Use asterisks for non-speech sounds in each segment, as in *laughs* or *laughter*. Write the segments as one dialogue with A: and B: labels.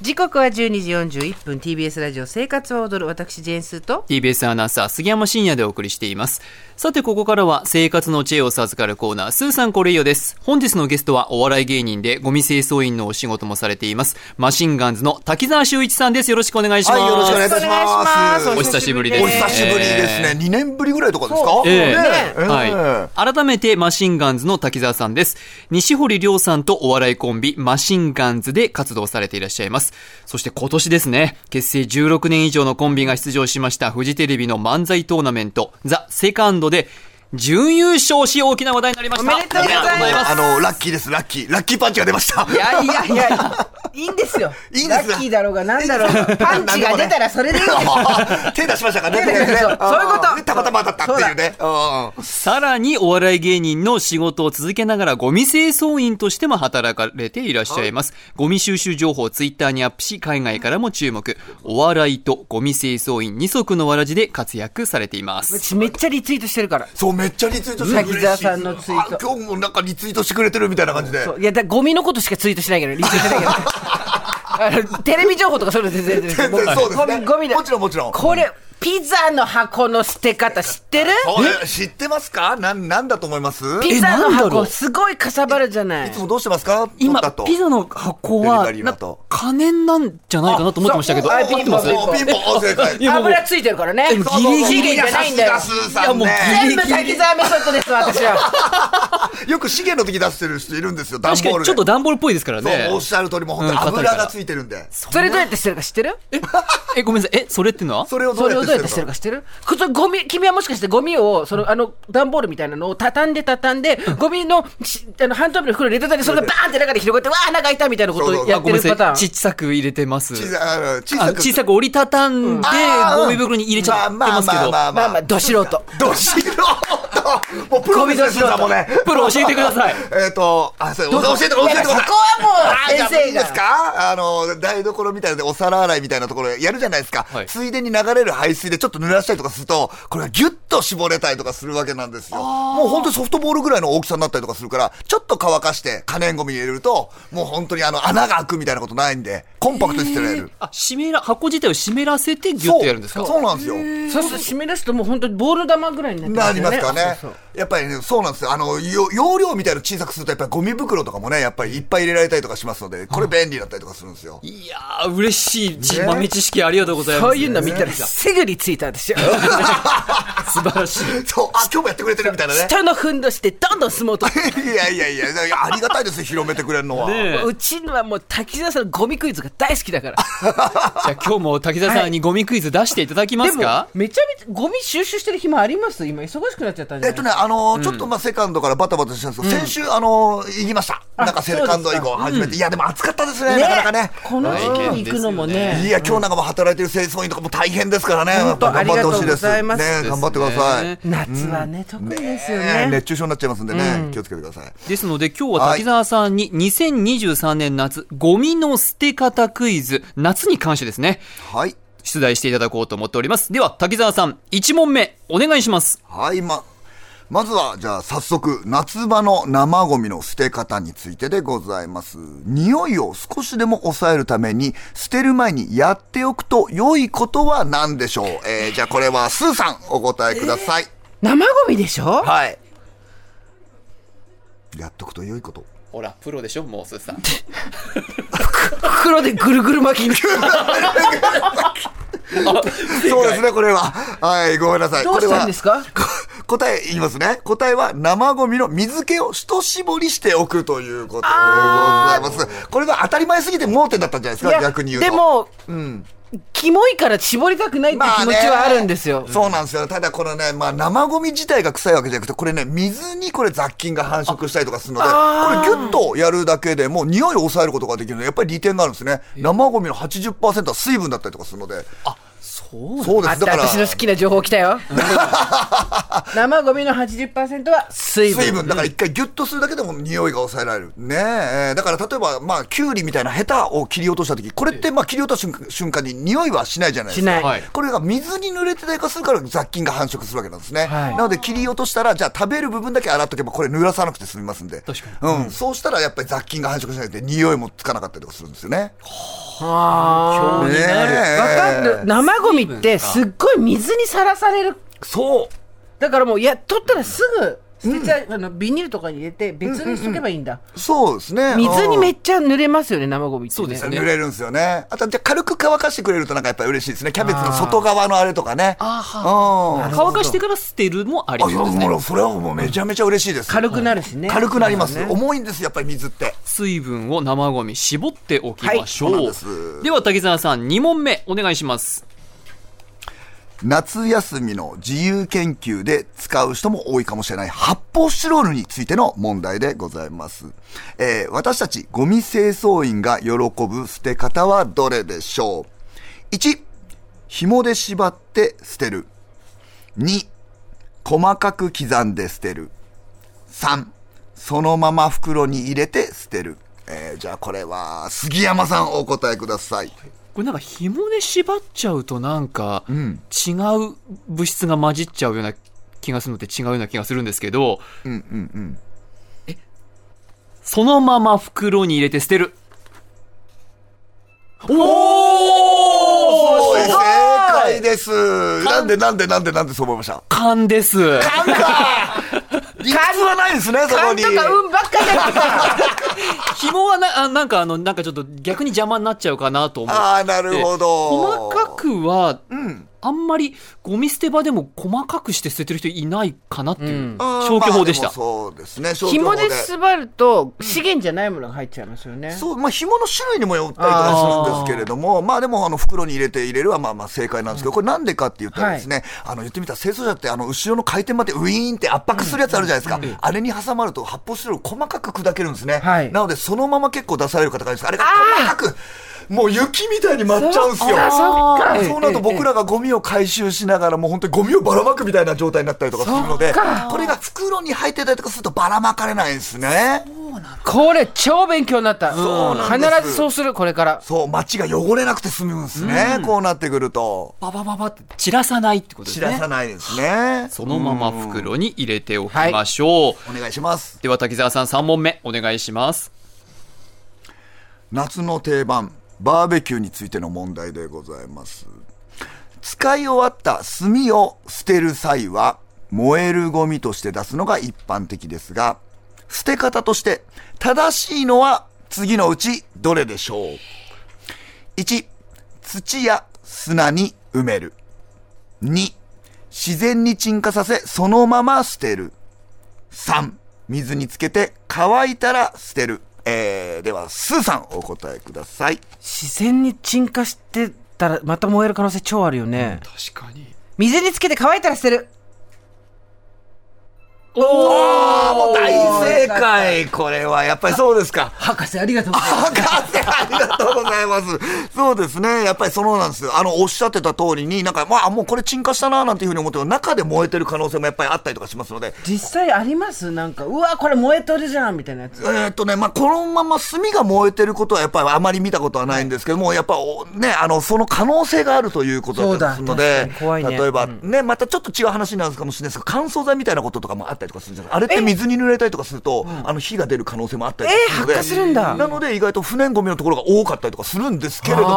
A: 時刻は12時41分 TBS ラジオ生活は踊る私ジェーンスーと
B: TBS アナウンサー杉山深也でお送りしていますさてここからは生活の知恵を授かるコーナースーさんこれいよです本日のゲストはお笑い芸人でゴミ清掃員のお仕事もされていますマシンガンズの滝沢秀一さんですよろしくお願いします、
C: はいよろしくお願いいたします
B: お久しぶりです
C: お久しぶりですね、2年ぶりぐらいとかですか
A: そう
B: ええ
A: ね
B: はい、改めてマシンガンズの滝沢さんです西堀亮さんとお笑いコンビマシンガンズで活動されていらっしゃいますそして今年ですね結成16年以上のコンビが出場しましたフジテレビの漫才トーナメント「ザ・セカンドで準優勝し大きな話題になりました
A: おめでとうございます
B: ありがとうござ
C: あの、ラッキーです、ラッキー。ラッキーパンチが出ました。
A: いやいやいやいいんですよ
C: *laughs* いいんで
A: ラ
C: す
A: ッキーだろうがなんだろうがパンチが出たらそれでい
C: *laughs*
A: いんですよ
C: *laughs* 手出しましたからね。
A: 手出しました
C: ね
A: そういうこと
C: ねたまたま当たったっていうね。うん
B: さらにお笑い芸人の仕事を続けながらゴミ清掃員としても働かれていらっしゃいます。ゴミ収集情報をツイッターにアップし、海外からも注目。お笑いとゴミ清掃員二足のわらじで活躍されています。
A: めっちゃリツイートしてるから
C: そう、めっちゃリツイートして
A: 滝沢さんのツイート
C: あ今日もなんかリツイートしてくれてるみたいな感じで。
A: そういやだゴミのことしかツイートしないけどリツイートしないけどあの *laughs* テレビ情報とかそういうの全然出てる
C: 全然そうです
A: ゴ
C: ね
A: ミゴミだ
C: もちろんもちろん
A: これピザの箱の捨て方知ってる
C: そうね知ってますかなん、なんだと思いますい
A: ピザの
B: えなんだろ
A: 箱
B: う
A: すごいかさばるじゃない
C: つもどうしてますか
B: 今、
C: 取ったと
B: ピザの箱
C: デ
B: は、
C: リバリーの
B: な
C: 後
B: 可燃なんじゃないかなと思ってましたけど、
A: あ
B: 合ってます
A: ピンポン
C: おピンポン、お正解。
B: いやもう
A: 油ついてるからね
B: でもギリギリ
A: 資源じゃないんだよ
C: さすがスーさんね
B: いやもうギリ
A: 全部滝沢メソッドです私は
C: よく資源の時出してる人いるんですよ、段
B: 確
C: ボー
B: か
C: ル
B: に
C: で。
B: ちょっと段ボールっぽいですからね
C: そう、おっ。しゃる通りもう本当に
B: うん硬いから
C: 油がついてるんで。
A: それどうやって捨てるか知ってる
B: え、ごめんなさい。え、それってのは
C: それをど
A: そうれ
C: や
A: をどうやって
C: っ
A: 捨てる
C: ててる
A: か
C: か。
A: 知ってるこれゴミ君はもしかしてゴミをそのあの段ボールみたいなのを畳んで畳んでゴミのしあの半透明の袋に入れたりそれがバーンって中で広がってわあ穴が開いたみたいなことをや
B: あ
A: っ
B: ご
A: て
B: めん
A: るパ
B: な
A: ター
B: さ
A: ン
B: い。ちっちゃく入れてます。
C: 小さあの小
B: あ
C: さ
B: の
C: く。
B: 小さく折りたたんで、
C: あーうん
B: ゴミ袋に入れちゃってますけど。
C: まあ
A: まあまあど素人
C: ど素人もうプロですよ、もうね。
B: プロ教えてください。
C: えっと、あ、そう、教えて、教えて
A: いや
C: く
A: そこ
C: ださ
A: はもう
C: い。あじゃ
A: 先
C: あい
A: 生
C: いで
A: が
C: すかあの、台所みたいなのでお皿洗いみたいなところやるじゃないですか。
B: はい
C: ついでに流れる排水でちょっと濡らしたりとかすると、これがギュッと絞れたりとかするわけなんですよ。もう本当にソフトボールぐらいの大きさになったりとかするから、ちょっと乾かして可燃ゴミ入れると、もう本当にあの穴が開くみたいなことないんで、コンパクトに捨てられる。
B: あ、湿ら、箱自体を湿らせてギュッとやるんですか
C: そうそうなんですよ。
A: そうすると締め出すともう本当にボール玉ぐらいになって
C: なりますか
A: よ
C: ね
A: そうそう。
C: やっぱりね、そうなんですよ。あの、よ容量みたいなの小さくすると、やっぱりゴミ袋とかもね、やっぱりいっぱい入れられたりとかしますので、これ便利だったりとかするんですよ。
B: いやー、嬉しいち豆知識ありがとうございます。
A: そういうの見たらすぐについたんですよ
B: 素晴らしい。
C: そう、あ、今日もやってくれてるみたいなね。
A: 人のふんどしでどんどん相撲を取って
C: *laughs* いやいやいや、いやありがたいですよ、広めてくれるのは。
B: ねえ
A: うちのはもう滝沢さんのゴミクイズが大好きだから
B: じゃあ今日も滝沢さんにゴミクイズ出していただきま
A: ですも
B: か
A: めちゃめちゃゴミ収集してる暇あります今忙しくなっちゃったんじ
C: え
A: ゃ
C: っと
A: ない
C: ね、あのーちょっとまあセカンドからバタバタしたんですけど、先週、あのー行きました。なんかセカンド以降初めて。いや、でも暑かったですね、なかなかね。
A: この時期に行くのも
B: 大変ですよ
C: い
A: ね
C: や、今日なんかも働いてる清掃員とかも大変ですからね。やっぱ頑張ってほしいです。
A: あ
C: ね
A: りがとうございます
C: 頑張ってください。
B: ね
A: 夏はね特にですよ
C: ねえ
A: ね
C: 熱中症になっちゃいますんでね、気をつけてください。
B: ですので今日は滝沢さんに2023年夏、ゴミの捨て方クイズ、夏に関してですね、
C: はい。
B: 出題していただこうと思っております。では、滝沢さん、1問目、お願いします。
C: はい、ま、まずは、じゃあ早速、夏場の生ゴミの捨て方についてでございます。匂いを少しでも抑えるために、捨てる前にやっておくと良いことは何でしょうえー、じゃあこれは、スーさん、お答えください。
A: 生ゴミでしょ
C: はい。やっとくと良いこと。
B: ほら、プロでしょ、もう、すーさん。
A: 袋でぐるぐる巻き
C: *laughs*
A: に
C: そうですね、これは。はい、ごめんなさい。
A: どうしたんですか
C: これはこ答え言いますね。答えは生ゴミの水気を一絞りしておくということでございます。これが当たり前すぎて盲点だったんじゃないです
A: い
C: か、
A: や
C: 逆に言うと。
A: でも、キモいから絞りたくないって気持ちはあるんですよ、
C: そうなんですよ。ただこのね、まあ生ゴミ自体が臭いわけじゃなくて、これね、水にこれ雑菌が繁殖したりとかするので、こ
A: あ
C: れギュッとやるだけでもう匂いを抑えることができるので、やっぱり利点があるんですね。生ゴミの80%は水分だったりとかするので、
B: そ
A: そう
C: そうで
A: あっ
C: すだか
A: た
C: ら
A: 私の好きな情報来たよ生ゴミの80%は水分
C: 水分だから一回ギュッとするだけでも匂いが抑えられるねえだから例えばまあきゅうりみたいなヘタを切り落とした時これってまあ切り落とした瞬間瞬間に匂いはしないじゃないですか
A: しない、
B: はい
C: これが水に濡れてないかするから雑菌が繁殖するわけなんですね、
A: はい
C: なので切り落としたらじゃあ食べる部分だけ洗っとけばこれ濡らさなくて済みますんで
B: 確か
C: うん、そうしたらやっぱり雑菌が繁殖しないで匂いもつかなかったりとかするんですよね
A: あ
B: 興
A: ー
B: 味
C: ね
B: なる
A: わかる生ゴミってすっごい水にさらされる
C: そう
A: だからもういや取ったらすぐ捨てちゃう、あのビニールとかに入れて別にしとけばいいんだ、
C: そうですね
A: 水に
C: うん
A: めっちゃ濡れますよね生ゴミって、ね、
B: そうですね
C: 濡れるんですよね。あと、じゃあ軽く乾かしてくれるとなんかやっぱり嬉しいですね。キャベツの外側のあれとかね。ああ、うん。
B: 乾かしてから捨てるもあり
C: あ、い
B: そう
C: や、
B: です
C: もう
B: ね
C: ねそれはもうめちゃめちゃ嬉しいです。
A: 軽くなるしね、
C: 軽くなります。
A: ね
C: 重いんです、やっぱり水って。
B: 水分を生ゴミ絞っておきましょう,、
C: はいそうなんです
B: では滝沢さん2問目お願いします
C: 夏休みの自由研究で使う人も多いかもしれない発泡スチロールについての問題でございます。えー私たちゴミ清掃員が喜ぶ捨て方はどれでしょう ?1、紐で縛って捨てる。2、細かく刻んで捨てる。3、そのまま袋に入れて捨てる。えーじゃあこれは杉山さんお答えください。
B: これなんか紐で縛っちゃうとなんか違う物質が混じっちゃうような気がするのって違うような気がするんですけど、えそのまま袋に入れて捨てるおお
C: おい正解です。なんでなんでなんでなんでそう思いました
B: 勘です
C: なんか理屈はないですね、そこ
A: 勘
C: に。
A: とか運ばっかじゃなくて
B: 紐はなあなんかあのなんかちょっと逆に邪魔になっちゃうかなと思って
C: ああ、なるほど。
B: 細か。くは
C: うん。
B: あんまりゴミ捨て場でも細かくして捨ててる人いないかなっていう、
A: うん
B: 消去法でした、
C: まあもそうですね、消去
A: 紐
C: 法
A: で
C: で。
A: 縛ると資源じゃないものが入っちゃいますよね、
C: そう、まあ、紐の種類にもよったりとかするんですけれども、まあでも、あの、袋に入れて入れるは、まあまあ正解なんですけど、これなんでかって言ったらですね、あの、言ってみたら清掃車って、あの、後ろの回転までウィーンって圧迫するやつあるじゃないですか。あれに挟まると発泡スチロール細かく砕けるんですね。
A: はい
C: なので、そのまま結構出される方がいるんですあれが細かく、もう雪みたいに舞っちゃうんですよ。
A: あそっか
C: そうなると僕らがゴミを回収しながら、もう本当にゴミをばらまくみたいな状態になったりとかするので、これが袋に入ってたりとかするとばらまかれないんですね。
A: これ超勉強になった
C: そうなんです
A: 必ずそうするこれから
C: そう、街が汚れなくて済むんですね。こうなってくると。
B: ババババって散らさないってことです
C: 散
B: ね
C: らさないですね。
B: そのまま袋に入れておきましょう、
C: お願いします。
B: では滝沢さん3問目お願いします
C: 夏の定番、バーベキューについての問題でございます。使い終わった炭を捨てる際は、燃えるゴミとして出すのが一般的ですが、捨て方として正しいのは次のうちどれでしょう ?1、土や砂に埋める。2、自然に沈下させそのまま捨てる。3、水につけて乾いたら捨てる。えー、では、スーさんお答えください。
A: 自然に沈下してたらまた燃える可能性超あるよね、
B: 確かに
A: 水につけて乾いたら捨てる
C: ああ、もう大正解。これはやっぱりそうです *laughs* か。
A: 博士ありがとうございます
C: 博士ありがとうございます。そうですね。やっぱりそうなんですよ。あの、おっしゃってた通りに、なんか、まあ、もうこれ沈下したな、なんていうふうに思っても、中で燃えてる可能性もやっぱりあったりとかしますので、
A: 実際ありますなんかうわこれ燃えとるじゃんみたいなやつ
C: えーっとね、まあ、このまま炭が燃えてることはやっぱりあまり見たことはないんですけども、やっぱおね、あの、その可能性があるということだったりするの
A: そうだ
C: で
A: 確、かに怖いね
C: 例えば、ね、またちょっと違う話になるかもしれないですけど、乾燥剤みたいなこととかもあったりとかするんじゃないですか。あれって水に濡れたりとかすると、あの、火が出る可能性もあったりとかするので、
A: えー発火するんだ
C: なので、意外と不燃ゴミのところが多かったりとかするんですけれども、ち
A: あ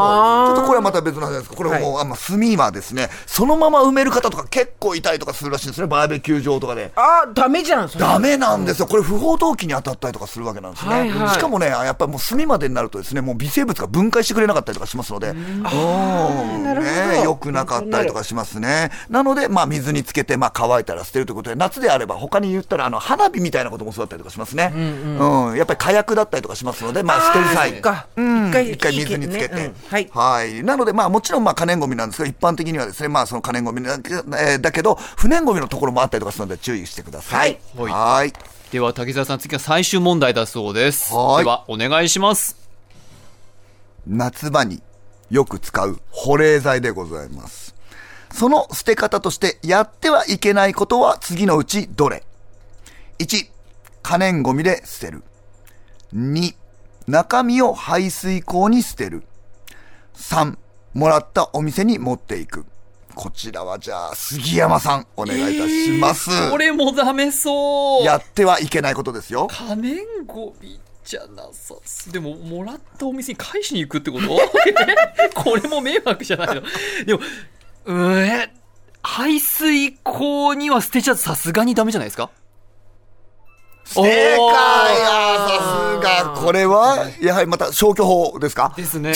A: ー
C: ょっとこれはまた別の話なんですけど、これはもう、あんまあ、炭はですね、そのまま埋める方とか結構いたりとかするらしいんですね、バーベキュー場とかで。
A: あーダメじゃんそれ
C: ダメなんですよ、これ、不法投棄に当たったりとかするわけなんですね、
A: はいはい
C: しかもね、やっぱりもう炭までになると、ですねもう微生物が分解してくれなかったりとかしますので、うん
A: なるほど
C: ね良くなかったりとかしますね、なので、まあ、水につけて、まあ、乾いたら捨てるということで、夏であれば、他に言ったらあの花火みたいなこともそうだったりとかしますね、うんやっぱり火薬だったりとかしますので、まあ、捨てる際。
A: そっか
C: うん
A: 一回
C: 一回水につけて、
A: いいねうんはい
C: はい。なので、まあもちろん、まあ可燃ゴミなんですが、一般的にはですね、まあその可燃ゴミだけ,、えーだけど、不燃ゴミのところもあったりとかするので注意してください。
B: はい
C: はい。
B: では滝沢さん次は最終問題だそうです
C: はーい
B: ではお願いします
C: 夏場によく使う保冷剤でございます。その捨て方としてやってはいけないことは次のうちどれ ?1、可燃ゴミで捨てる。2、中身を排水口に捨てる。3、もらったお店に持っていく。こちらはじゃあ、杉山さん、お願いいたします。
B: えーこれもダメそう。
C: やってはいけないことですよ。
B: 可燃ごみじゃなさすでももらったお店に返しに行くってこと *laughs* これも迷惑じゃないのでもうえ排水口には捨てちゃさすがにダメじゃないですか
C: 正解あーさすがこれは、やはりまた消去法ですか
B: ですね *laughs*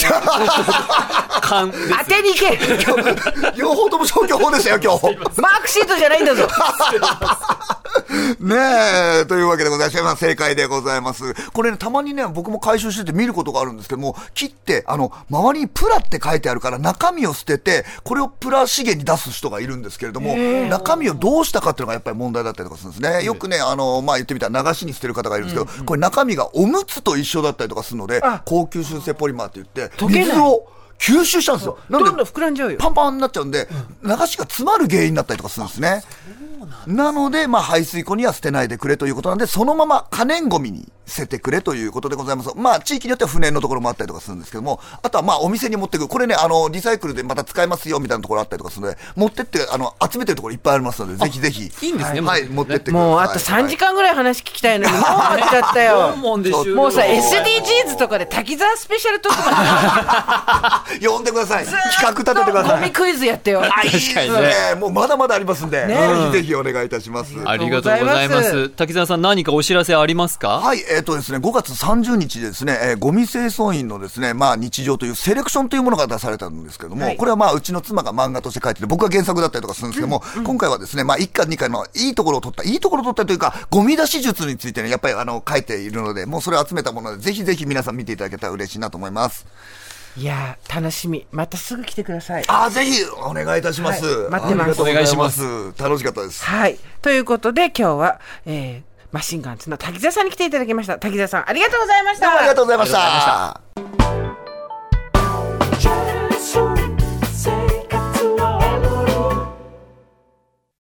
B: 勘です
A: 当てに行け
C: 両方とも消去法
A: *laughs*
C: でしたよ、今日。
A: マークシートじゃないんだ *laughs* ぞ
C: ねえ、というわけでございます。正解でございます。これね、たまにね、僕も回収してて見ることがあるんですけども、切って、あの、周りにプラって書いてあるから、中身を捨てて、これをプラ資源に出す人がいるんですけれども、中身をどうしたかっていうのがやっぱり問題だったりとかするんですね。よくね、あの、まあ、言ってみたら流しに捨てる方がいるんですけど、これ中身がおむつと一緒だったりとかするので
A: あ、
C: 高級修正ポリマーって言って、
A: けない
C: 水を吸収したんですよ。な
A: ど
C: ん
A: んど
C: で
A: ん膨らんじゃうよ
C: パンパンになっちゃうんで、流しが詰まる原因になったりとかするんですね。なので、まあ、排水溝には捨てないでくれということなんで、そのまま可燃ごみに捨ててくれということでございます。まあ、地域によっては不燃のところもあったりとかするんですけども、あとはまあ、お店に持ってく。これね、あの、リサイクルでまた使えますよみたいなところあったりとかするので、持ってって、あの、集めてるところいっぱいありますので、ぜひぜひ。
B: いいんですね
C: はい、
B: も
C: 持
B: う
C: ってってください。
A: もうあと3時間ぐらい話聞きたいのにもう終わっちゃったよ
B: もうで終了
A: もうさ SDGs とかで滝沢スペシャルトークま
C: はい。呼んでください。
A: で
C: 企画立ててく
A: *laughs* ずー
C: だ
A: っと
C: さ
A: ゴミ
C: *laughs* い。
A: クイズやってよ
C: あいいですね
B: 確か。
C: もうまだまだありますんで、ぜ
A: ね
C: ひぜひお願いいたします。
B: ありがとうございま
A: ありがとうござい
B: す滝沢さん何かお知らせありますか
C: はい、えっ、とですね、5月30日ですね、えーゴミ清掃員のですね、まあ日常というセレクションというものが出されたんですけども、
A: はい
C: これはまあうちの妻が漫画として書いてて、僕は原作だったりとかするんですけども、今回はですね、まあ1巻2巻のいいところを取った、いいところを取ったというか、ゴミ出し術についてね、やっぱりあの書いているので、もうそれを集めたもので、ぜひぜひ皆さん見ていただけたら嬉しいなと思います。
A: いやー楽しみまたすぐ来てください
C: あー、ぜひお願いいたします。
A: はい待ってます
C: ありがとうござい。
B: お願いします
C: 楽しかったです。
A: はいということで今日は、えーマシンガンズの滝沢さんに来ていただきました滝沢さんありがとうございました
C: ありがとうございました。